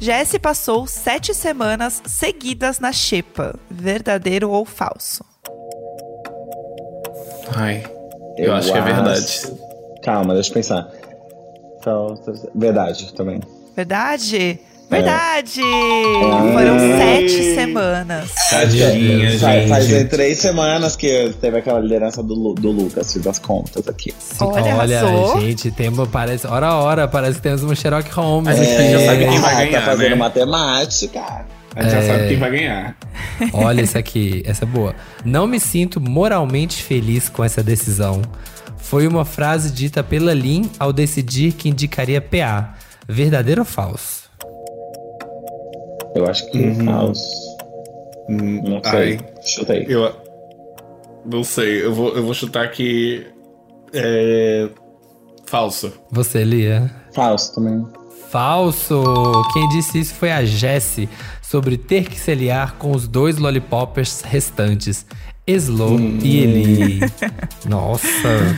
C: Jesse passou sete semanas seguidas na xepa. Verdadeiro ou falso?
J: Ai. Eu, acho que é verdade.
I: Calma, deixa eu pensar. Falso- Verdade também.
C: Verdade? Verdade!
I: É.
C: Foram sete semanas.
J: Tadinha,
I: Faz,
J: gente.
I: faz aí três semanas que teve aquela liderança do, Lu- do Lucas, fiz as contas aqui.
C: Olha, arrasou.
B: Então, gente, tem, parece, hora a hora, parece que temos uma Sherlock Holmes.
I: A gente já sabe quem vai
B: Ah,
I: ganhar, né?
B: matemática.
J: A gente já sabe quem vai ganhar.
B: Olha esse aqui, essa é boa. Não me sinto moralmente feliz com essa decisão. Foi uma frase dita pela Lin ao decidir que indicaria PA. Verdadeiro ou falso?
I: Eu acho que
J: Uhum.
I: falso.
B: Hum,
I: Não sei. Chutei.
J: Eu, não sei, eu vou, eu vou chutar que. É. Falso.
B: Você, Lia?
I: Falso também.
B: Falso! Quem disse isso foi a Jessie, sobre ter que se aliar com os dois lollipoppers restantes, Slow
J: Hum.
B: e Eli. Nossa,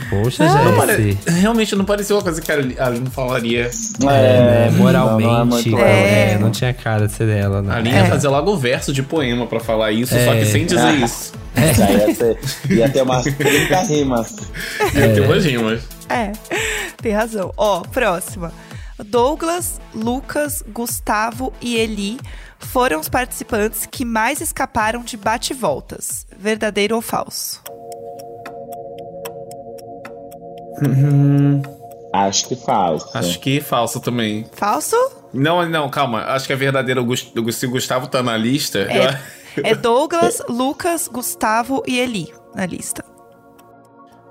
B: poxa,
J: Não
B: Jessie.
J: pare- Realmente não parecia uma coisa que a Aline a Aline falaria.
B: É, né,
J: Não, não é
B: moralmente,
J: muito
B: não,
J: legal.
B: é, não tinha cara de ser dela, né?
J: A Aline ia fazer logo o verso de poema pra falar isso, só
B: É.
J: que sem dizer isso.
I: Já ia, ter, ia ter umas 30 rimas.
J: Ia ter umas rimas.
C: É, tem razão. Ó, próxima. Douglas, Lucas, Gustavo e Eli foram os participantes que mais escaparam de bate-voltas. Verdadeiro ou falso?
I: Acho que falso.
J: Acho que falso também.
C: Falso?
J: Não, não, calma. Acho que é verdadeiro. Se o Gustavo tá na lista.
C: É, é Douglas, Lucas, Gustavo e Eli na lista.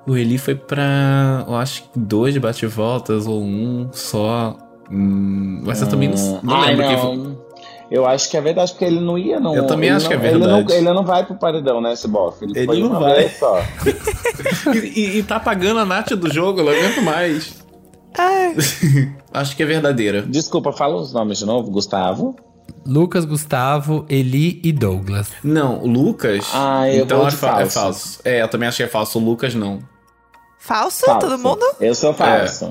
J: O Eli foi pra. Eu acho que dois bate-voltas ou um só. Hum, mas eu também não, não
I: Ai,
J: lembro quem
I: Ah, não.
J: foi.
I: Eu acho que é verdade, porque ele não ia, não.
J: Eu também
I: Ele
J: acho
I: não-
J: que é
I: ele não-
J: verdade.
I: Ele não, vai pro paredão, né, esse bofe? Ele,
J: Ele
I: foi
J: não
I: uma
J: vai.
I: vez só.
J: E, e- e tá pagando a Nath do jogo, eu não aguento mais. acho que é verdadeira.
I: Desculpa, fala os nomes de novo, Gustavo.
B: Lucas, Gustavo, Eli e Douglas.
J: Não, o Lucas.
I: Ah, eu
J: então
I: vou
J: é,
I: de
J: fa- é
I: falso.
J: falso. É, eu também acho que é falso. O Lucas não.
C: Falso, Tá, todo mundo?
I: Eu sou falso.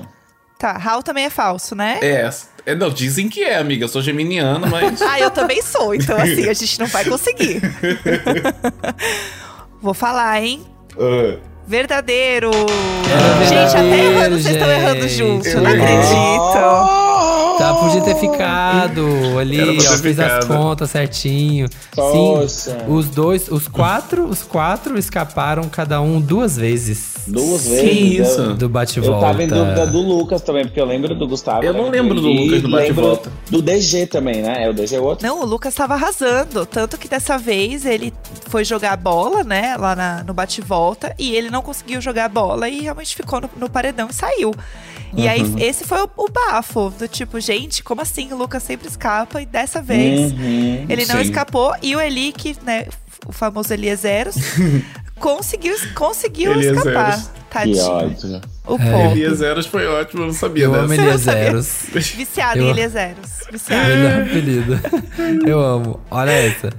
C: Tá, Raul também é falso, né?
J: É, é, não, dizem que é, amiga. Eu sou geminiano, mas.
C: Ah, eu também sou, então assim, a gente não vai conseguir. Vou falar, hein? Verdadeiro! gente,
B: Ah.
C: até
B: verdadeiro,
C: errando, vocês estão errando
B: gente.
C: junto.
B: Eu
C: Não
B: errei.
C: acredito.
B: Tá,
I: Oh.
B: podia ter ficado
J: Era
B: ali,
J: pra
B: ó,
J: ter
B: fez as
J: ficado.
B: contas certinho.
I: Poxa.
B: Sim, os dois, os quatro, os quatro escaparam cada um duas vezes.
I: Duas
J: Que
I: vezes.
J: isso?
I: Eu,
B: Do bate-volta.
I: eu tava em dúvida do Lucas também, porque eu lembro do Gustavo.
J: Eu não lembro do
I: Eli,
J: Lucas no
I: lembro
J: bate-volta.
I: Do DG também, né? É o DG é o outro.
C: Não, o Lucas tava arrasando. Tanto que dessa vez ele foi jogar a bola, né? Lá na- no bate-volta. E ele não conseguiu jogar a bola e realmente ficou no, no paredão e saiu. E
I: Uhum.
C: aí, esse foi o, o bafo. Do tipo, gente, como assim? O Lucas sempre escapa e dessa vez
I: Uhum.
C: Ele é não
J: Sim.
C: escapou e o Eli, que, né, o famoso Eliezeros, conseguiu, conseguiu
J: Eliezeros.
C: escapar.
I: Que
C: Tadinho.
I: ódio.
C: O
B: É.
J: E a
C: ponto.
J: zeros foi ótimo, eu não sabia
B: Eu amo
J: dessa.
B: Elia
C: sabia?
B: Zeros.
C: Viciado
B: Eu- É.
C: em Eliezeros. Viciado.
B: Melhor apelido. Eu amo. Olha essa.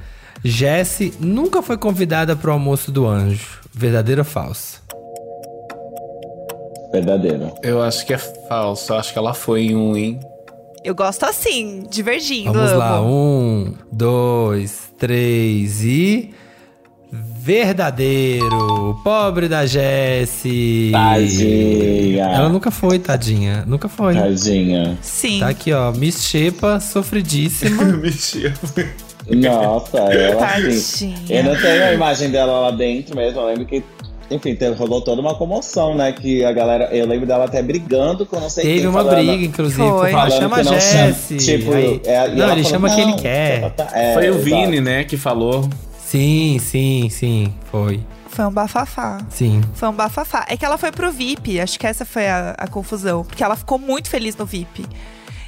B: Jesse nunca foi convidada pro almoço do anjo. Verdadeiro ou falso?
I: Verdadeiro.
J: Eu acho que é falso. Eu acho que ela foi em um, hein?
C: Eu gosto assim, divergindo.
B: Vamos lá.
C: amo.
B: Um, dois, três e. Verdadeiro! Pobre da Jesse!
I: Tadinha.
B: Ela nunca foi, tadinha. Nunca foi.
I: Tadinha.
C: Sim.
B: Tá aqui, ó. Miss Shepa, sofridíssima.
J: Mentira.
I: Nossa,
J: Então,
I: ela assim.
C: Tadinha.
I: Eu não tenho a imagem dela lá dentro mesmo. Eu lembro que, enfim, teve- rolou toda uma comoção, né? Que a galera. Eu lembro dela até brigando com não sei quem.
B: Teve uma
I: falando-
B: briga, inclusive.
C: Foi.
B: Foi.
I: falando
B: Chama
I: que
B: a
I: não chama.
B: Jesse.
I: Tipo,
B: Aí-
I: é, e
B: não,
I: ela
B: ele
I: falou,
B: chama quem ele
I: "Não,
B: quer.
I: tá, tá, tá." É,
J: foi o
I: exato.
J: Vini, né, que falou.
B: Sim, sim, sim. Foi.
C: Foi um bafafá.
B: Sim.
C: Foi um bafafá. É que ela foi pro VIP, acho que essa foi a, a confusão. Porque ela ficou muito feliz no VIP.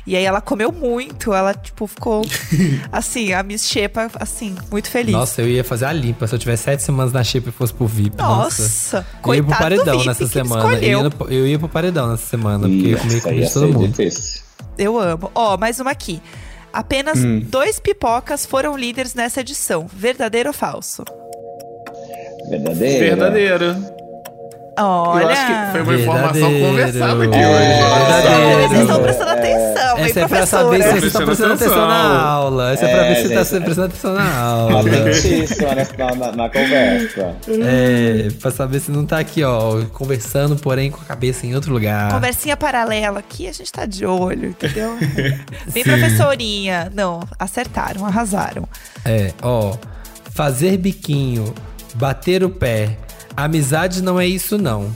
C: E aí ela comeu muito, ela, tipo, ficou assim, a Miss Shepa, assim, muito feliz.
B: Nossa, eu ia fazer a limpa se eu tivesse sete semanas na Shape e fosse pro VIP. Nossa.
C: Nossa,
B: Eu ia
C: coitado
B: pro
C: do
B: paredão
C: VIP
B: nessa
C: que
B: semana. Eu
C: escolheu.
B: ia, no- eu ia pro paredão nessa semana, porque eu ia comer
I: Nossa,
B: comida
I: ia
B: de todo
I: ser
B: mundo.
I: difícil.
C: Eu amo. Ó, mais uma aqui. Apenas
J: Hum.
C: dois pipocas foram líderes nessa edição. Verdadeiro ou falso?
B: É.
I: Verdadeiro.
J: Verdadeiro.
C: Olha,
J: Eu acho que foi um uma informação
B: Verdadeiro.
J: conversada aqui
B: É,
C: Olha, vocês estão
B: verdadeiro.
C: prestando atenção,
B: Essa
C: hein,
B: é pra
C: professora?
B: saber se vocês
J: Prestando
B: estão prestando atenção. na
J: atenção.
B: aula. Essa é,
I: É,
B: pra ver se
I: gente,
B: tá se-
I: é.
B: prestando atenção na aula.
I: Atentíssima né, na, na, na conversa.
B: é, pra saber se não tá aqui, ó, conversando, porém com a cabeça em outro lugar.
C: Conversinha paralela aqui, a gente tá de olho, entendeu? Bem professorinha. Não, acertaram, arrasaram.
B: É, ó. Fazer biquinho, bater o pé. Amizade não é isso, não.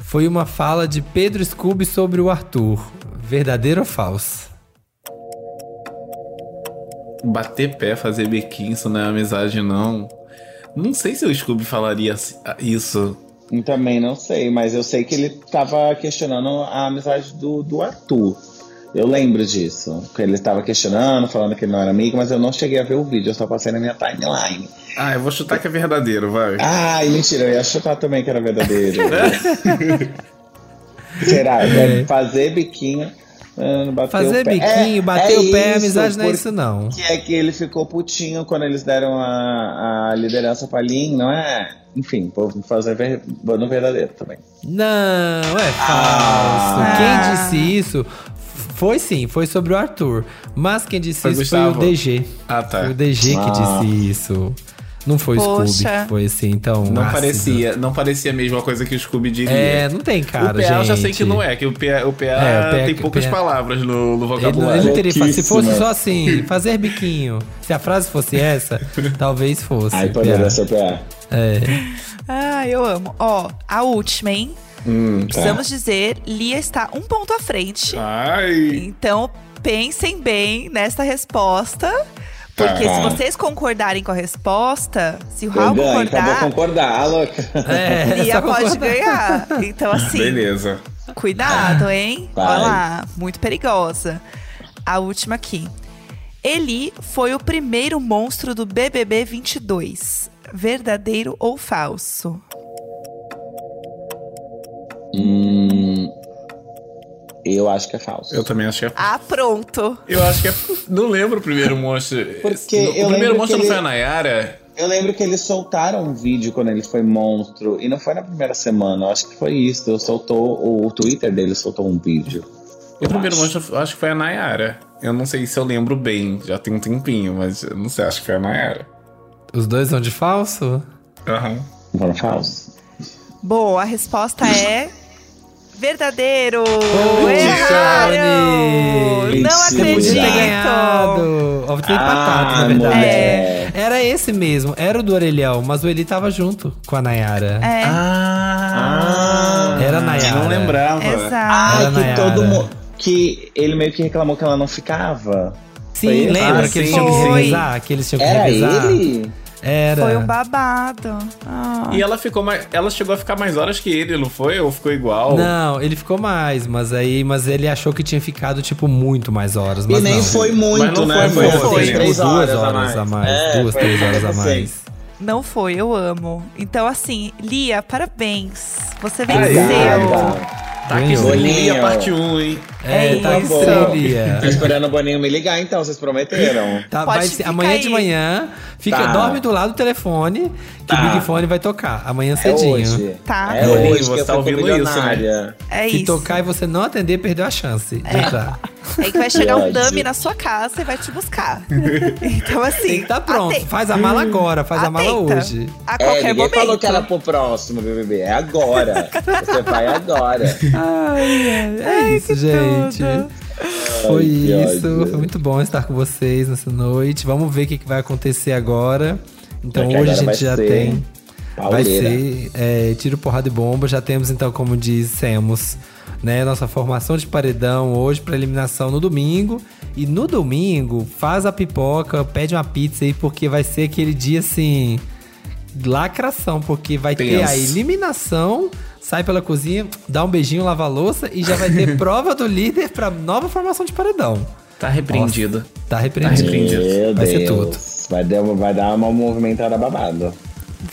B: Foi uma fala de Pedro Scooby sobre o Arthur. Verdadeiro ou falso?
J: Bater pé, fazer biquinho, isso não é amizade, não. Não sei se o Scooby falaria assim- ah, isso.
I: E Também não sei, mas eu sei que ele tava questionando a amizade do, do Arthur. Eu lembro disso. Que ele estava questionando, falando que ele não era amigo, mas eu não cheguei a ver o vídeo, eu só passei na minha timeline.
J: Ah, eu vou chutar que é verdadeiro, vai.
I: Ai, mentira, eu ia chutar também que era verdadeiro. Será? Deve Fazer biquinho. ah, Bater
B: É. Fazer
I: o pé.
B: biquinho,
I: É,
B: bater
I: é
B: o pé,
I: isso,
B: amizade não é
I: porque-
B: isso, não.
I: Que é que ele ficou putinho quando eles deram a, a liderança pra Lin, não é? Enfim, vou fazer ver, vou no verdadeiro também.
B: Não, é falso.
C: Ah.
B: Quem disse isso foi sim, foi sobre o Arthur. Mas quem disse
J: Foi
B: isso
J: Gustavo.
B: foi o DG.
J: Ah, tá.
B: Foi o DG
I: Ah.
B: que disse isso. Não foi o
C: Poxa.
B: Scooby que foi assim, então.
J: Não
B: ácido.
J: parecia, não parecia a mesma coisa que o Scooby diria.
B: É, não tem cara,
J: o PA
B: gente.
J: eu já sei que não é, que o PA, o PA,
B: É, o PA
J: tem poucas
B: PA
J: palavras
B: Ele
J: no, no
B: não, ele
J: vocabulário.
B: não teria fa- Se fosse
I: Pouquíssimas.
B: só assim, fazer biquinho. Se a frase fosse essa, talvez fosse.
I: Aí
B: piada.
I: poderia ser pra.
B: É.
C: Ah, eu amo. Ó, a última, hein?
J: Hum. Tá.
C: Precisamos dizer, Lia está um ponto à frente.
J: Ai.
C: Então, pensem bem nesta resposta. Porque
I: Tá.
C: se vocês concordarem com a resposta, se o
I: Eu
C: Raul
I: ganho, acabou
C: concordar,
I: concordar, louca.
B: É,
C: Bia pode ganhar. Então, assim,
J: Beleza.
C: Cuidado,
B: Ah,
C: hein?
I: Vai.
C: Olha lá, muito perigosa. A última aqui. Eli foi o primeiro monstro do BBB 22. Verdadeiro ou falso?
I: Hum, eu acho que é falso.
J: Eu também acho que é.
C: Ah, pronto.
J: Eu acho que é. Não lembro o primeiro monstro.
I: Porque
J: o
I: eu
J: primeiro
I: lembro
J: monstro
I: que
J: não foi a
I: ele-
J: Nayara?
I: Eu lembro que eles soltaram um vídeo quando ele foi monstro, e não foi na primeira semana, eu acho que foi isso. Eu soltou, o Twitter dele soltou um vídeo.
J: O primeiro monstro eu acho que foi a Nayara. Eu não sei se eu lembro bem, já tem um tempinho, mas eu não sei, acho que foi a Nayara.
B: Os dois são de falso?
J: Aham.
I: Não foram falso?
C: Bom, a resposta é. Verdadeiro!
B: Shawnee!
C: Erraram! Não
I: Mentira.
B: Podia ter
C: acredito!
B: ganhado. Ou ter empatado, na verdade.
I: Ah,
B: É.
I: moleque.
B: Era esse mesmo, era o do orelhão, mas o Eli tava junto com a Nayara.
C: É,
J: Ah!
B: Era a Nayara.
J: Não lembrava.
C: exato.
I: Ai,
B: Era
I: que
B: Nayara.
I: todo mundo. Que ele meio que reclamou que ela não ficava.
B: Sim,
I: Foi
B: lembra
J: esse?
B: que eles tinham que
C: Ah, Foi.
B: revisar? Que eles tinham que
I: Era
B: revisar?
I: ele?
B: Era.
C: Foi um babado. Ah.
J: E ela ficou mais. Ela chegou a ficar mais horas que ele, não foi? Ou ficou igual?
B: Não, ele ficou mais, mas aí, mas ele achou que tinha ficado tipo muito mais horas, mas
I: e nem
B: não.
I: foi muito,
J: Mas não
I: né?
J: foi muito,
I: assim,
J: foi.
I: três
B: Tipo, duas
I: horas, a
B: horas
I: mais.
B: a mais,
I: É,
B: duas,
I: foi
B: três horas a
I: assim.
B: mais.
C: Não foi, eu amo. Então, assim, Lia, parabéns. Você
I: Ai,
C: venceu.
I: cara.
J: Tá que
B: Ganhou.
J: Boninho.
I: Boninho.
J: a parte 1, hein?
B: É,
C: É
B: tá
C: isso.
B: estrelia.
I: Tô esperando o Boninho me ligar, então, vocês prometeram.
B: Tá,
C: Pode
B: vai ser-
C: ficar
B: amanhã de
C: aí.
B: manhã, fica,
I: Tá.
B: dorme do lado do telefone, que
I: Tá.
B: o Big Fone vai tocar. Amanhã
I: É
B: cedinho.
I: hoje.
C: Tá.
I: É
J: Boninho,
I: hoje,
J: você
I: que eu
J: tá
I: fico
J: ouvindo isso, né?
I: milionária.
C: É
B: Se
C: isso.
B: tocar e você não atender, perdeu a chance. de entrar.
C: É que vai chegar um
I: Verdade.
C: dummy na sua casa e vai te buscar. Então, assim.
B: Tem que tá pronto.
C: atenta.
B: Faz a mala agora, faz a mala
C: Atenta.
B: hoje.
C: A
I: É,
C: qualquer
I: ninguém
C: momento.
I: falou que era pro próximo BBB. É agora. Você vai agora.
B: É isso, gente. Foi
I: que
B: isso.
I: ódio.
B: Foi muito bom estar com vocês nessa noite. Vamos ver o que que vai acontecer agora. Então
I: Porque
B: hoje a
I: agora
B: gente
I: vai
B: já
I: ser
B: tem. Vai
I: Pauleira.
B: ser é, tiro, porrada e bomba. Já temos, então, como dissemos, né, nossa formação de paredão hoje para eliminação no domingo. E no domingo, faz a pipoca, pede uma pizza aí, porque vai ser aquele dia assim. Lacração, porque vai ter
J: Tenso.
B: a eliminação, sai pela cozinha, dá um beijinho, lava a louça e já vai ter prova do líder pra nova formação de paredão.
J: Tá repreendido.
B: Tá repreendido.
I: Meu
B: vai ser
I: Deus.
B: tudo.
I: Vai dar, uma- vai dar uma movimentada babada.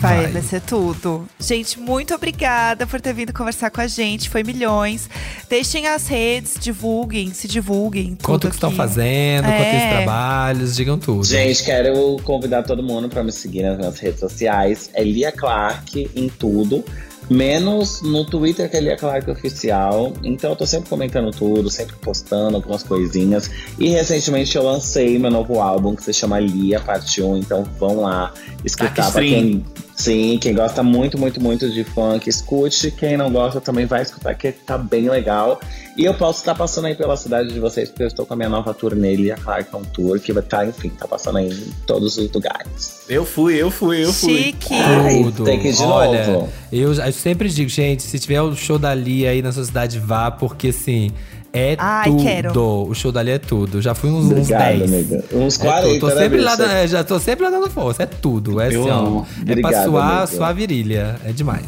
C: Vai,
B: Vai.
C: vai ser tudo. Gente, muito obrigada por ter vindo conversar com a gente. Foi milhões. Deixem as redes, divulguem, se divulguem. tudo
B: Conta o que estão
C: aqui.
B: fazendo,
C: É.
B: quanto os trabalhos, digam tudo.
I: Gente, quero convidar todo mundo pra me seguir nas minhas redes sociais. É Lia Clark em tudo. Menos no Twitter, que é Lia Clark Oficial. Então eu tô sempre comentando tudo, sempre postando algumas coisinhas. E recentemente eu lancei meu novo álbum que se chama Lia Parte 1. Então vão lá escutar pra
J: stream.
I: quem. Sim, quem gosta muito, muito, muito de funk, escute. Quem não gosta também vai escutar, que tá bem legal. E eu posso estar passando aí pela cidade de vocês, porque eu estou com a minha nova turnê, Lia Clarkon Tour, que vai estar, enfim, tá passando aí em todos os lugares.
J: Eu fui, eu fui, eu fui.
C: Chique.
I: Ai,
B: Tudo.
I: tem que ir de
B: Olha,
I: novo.
B: Eu, eu sempre digo, gente, se tiver o show da Lia aí na sua cidade, vá, porque assim, é
C: Ai,
B: tudo.
C: quero.
B: O show da Lia é tudo. Já fui uns, uns
I: Obrigado,
B: 10.
I: amiga. Uns
B: É tudo.
I: 40,
B: tô sempre
I: né,
B: lá,
I: bicha?
B: da- é, já tô sempre lá dando força. É tudo. É,
J: Eu
B: assim, ó,
J: amo.
B: é pra
I: Obrigado,
B: suar,
I: amiga.
B: suar a virilha. É demais.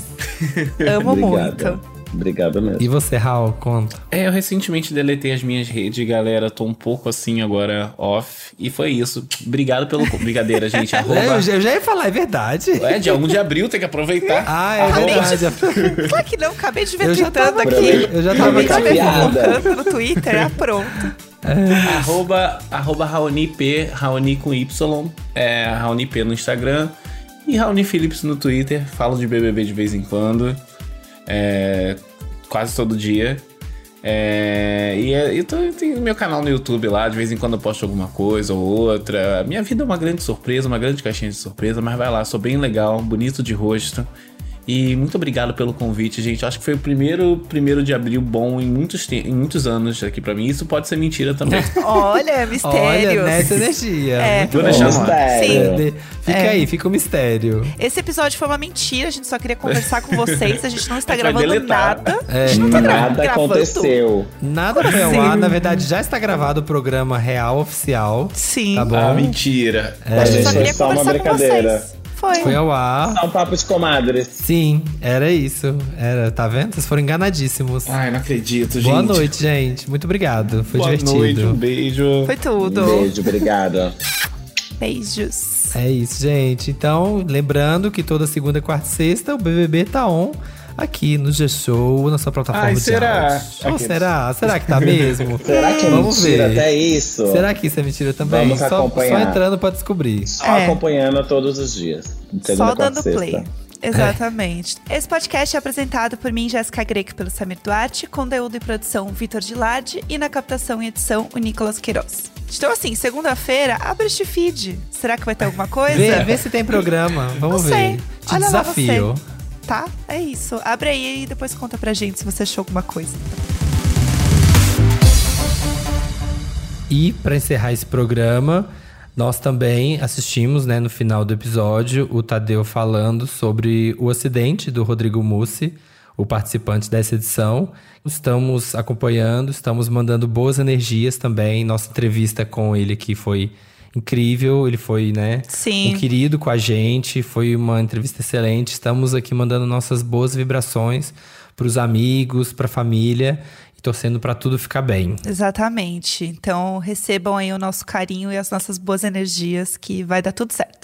C: Amo
I: Obrigado.
C: muito.
I: Obrigado mesmo.
B: E você, Raul, conta.
J: É, eu recentemente deletei as minhas redes, galera. Tô um pouco assim agora off. E foi isso. Obrigado pelo. co- Brincadeira, gente. Arroba.
B: É, eu, já, eu já ia falar, é verdade.
J: É, dia 1 de abril, tem que aproveitar.
B: Ah, é
C: Acabei de-
B: verdade.
C: Claro que não, acabei de ver
B: Eu já
C: tweetando
B: tava
C: aqui.
B: aqui, eu já tava
C: Acabei de ver
I: Piada.
C: colocando no Twitter, ah, pronto.
J: arroba arroba Raoni P, Raoni com Y, é, Raoni P no Instagram e Raoni Phillips no Twitter. Falo de BBB de vez em quando, é, quase todo dia. É, e é, eu tô, eu tenho meu canal no YouTube lá, de vez em quando eu posto alguma coisa ou outra. Minha vida é uma grande surpresa, uma grande caixinha de surpresa, mas vai lá, sou bem legal, bonito de rosto. E muito obrigado pelo convite, gente. Eu acho que foi o primeiro, primeiro de abril bom em muitos, te- em muitos anos aqui pra mim. Isso pode ser mentira também.
B: né,
C: Olha, mistérios.
B: Olha, nessa energia.
C: É.
B: Muito
J: Vou
B: bom.
J: deixar no
I: ar. Mistério.
B: De- Fica
C: É.
B: aí, fica o mistério.
C: Esse episódio foi uma mentira, a gente só queria conversar com vocês. A gente não está
J: A gente vai
C: gravando
J: deletar. né?
C: nada.
B: É,
I: Nada
C: tá gravando.
I: aconteceu.
B: nada foi
C: assim?
B: ao ar. Na verdade, já está gravado o programa real oficial.
C: Sim.
B: Tá bom? É.
J: Ah, mentira.
I: A É, gente
C: só
I: foi
C: queria
I: só uma
C: conversar com
I: brincadeira.
C: vocês. Foi.
B: Foi ao ar.
I: Só um papo de comadres.
B: Sim, era isso. Era, tá vendo? Vocês foram enganadíssimos.
I: Ah,
J: Ai, não acredito, gente.
B: Boa noite, gente. Muito obrigado. Foi
J: Boa
B: divertido.
J: noite, um beijo.
C: Foi tudo.
I: Beijo, obrigado.
C: Beijos.
B: É isso, gente. Então, lembrando que toda segunda, quarta e sexta o BBB tá on aqui no G-Show, na sua plataforma
J: Ai,
B: de
J: será?
B: áudio. Ou
J: Aqueles.
B: será? Será que tá mesmo?
I: Será que é
B: Vamos
I: mentira
B: ver.
I: até isso?
B: Será que isso é mentira também?
I: Vamos
B: só,
I: acompanhar.
B: só entrando pra descobrir.
I: Só
C: É.
I: acompanhando todos os dias. de segunda,
C: Só
I: quarta e
C: dando
I: sexta.
C: play.
I: É.
C: Exatamente. Esse podcast é apresentado por mim, Jéssica Greco, e pelo Samir Duarte, conteúdo e produção Vitor Gilardi e na captação e edição o Nicolas Queiroz. Então, assim, segunda-feira, abre este feed. Será que vai ter alguma coisa?
B: Vê, vê se tem programa.
C: é. Não
B: Vamos
C: sei.
B: ver. Te
C: Olha lá você.
B: desafio.
C: Tá? É isso. Abre aí e depois conta pra gente se você achou alguma coisa.
B: E para encerrar esse programa, nós também assistimos, né, no final do episódio, o Tadeu falando sobre o acidente do Rodrigo Mussi, o participante dessa edição. Estamos acompanhando, estamos mandando boas energias também. Nossa entrevista com ele que foi incrível, ele foi, né,
C: Sim.
B: um querido com a gente, foi uma entrevista excelente. Estamos aqui mandando nossas boas vibrações para os amigos, para a família e torcendo para tudo ficar bem.
C: Exatamente. Então, recebam aí o nosso carinho e as nossas boas energias que vai dar tudo certo.